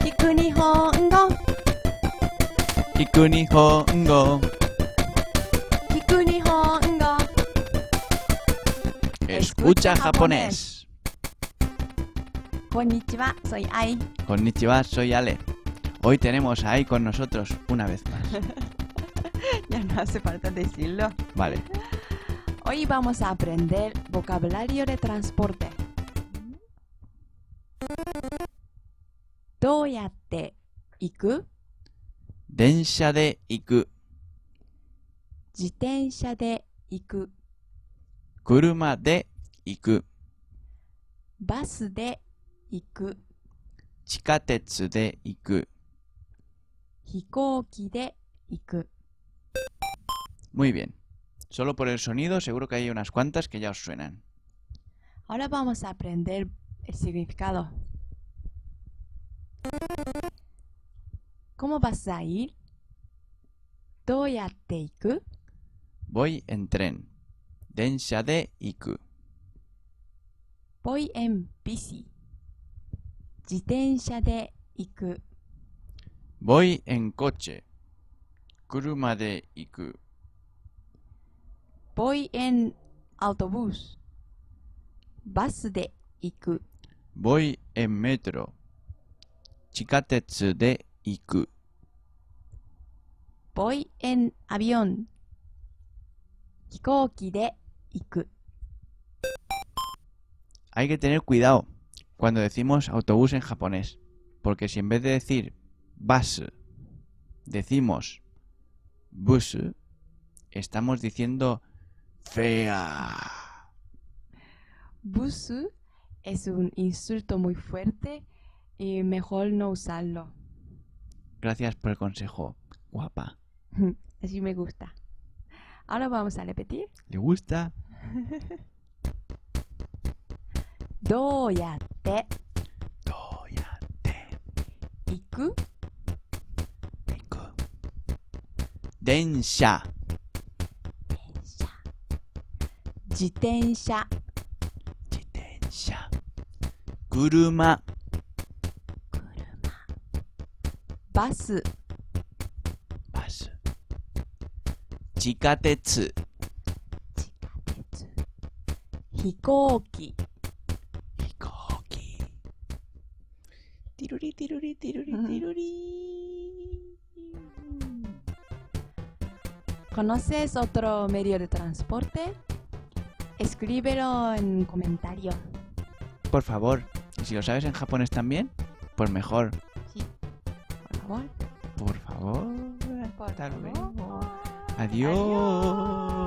聞く日本語聞く日本語聞く日本語 Escucha japonés こんにちは、soy Ai Konnichiwa, soy Ale Hoy tenemos a Ai con nosotros una vez más Ya no hace falta decirlo Vale, Hoy vamos a aprender vocabulario de transporte どうやって行く電車で行く自転車で行く車で行くバスで行く地下鉄で行く飛行機で行く Muy bien Solo por el sonido seguro que hay unas cuantas que ya os suenan Ahora vamos a aprender el significado. ¿Cómo vas a ir? どうやって行く Voy en tren 電車で行く ?Voy en bici. 自転車で行く。 Voy en coche 車で行く Voy en autobús. バスで行く。 Voy en metro. 地下鉄で行く。 Voy en avión. 飛行機で行く。 Hay que tener cuidado cuando decimos autobús en japonés, porque si en vez de decir bus decimos bus, estamos diciendo fea. Bus es un insulto muy fuerte y mejor no usarlo. Gracias por el consejo, guapa. Así me gusta. Ahora vamos a repetir. ¿Le gusta? どうやって Doyate 行く iku. Densha 自転車、自転車。車バス、バス地下鉄飛行機、飛行機ティルリティルリティルリティルリ ¿Conoces otro medio de transporte? Escríbelo en un comentario. Por favor, y si lo sabes en japonés también, pues mejor. Por favor. Por favor. Por Hasta favor. luego. Adiós. Adiós.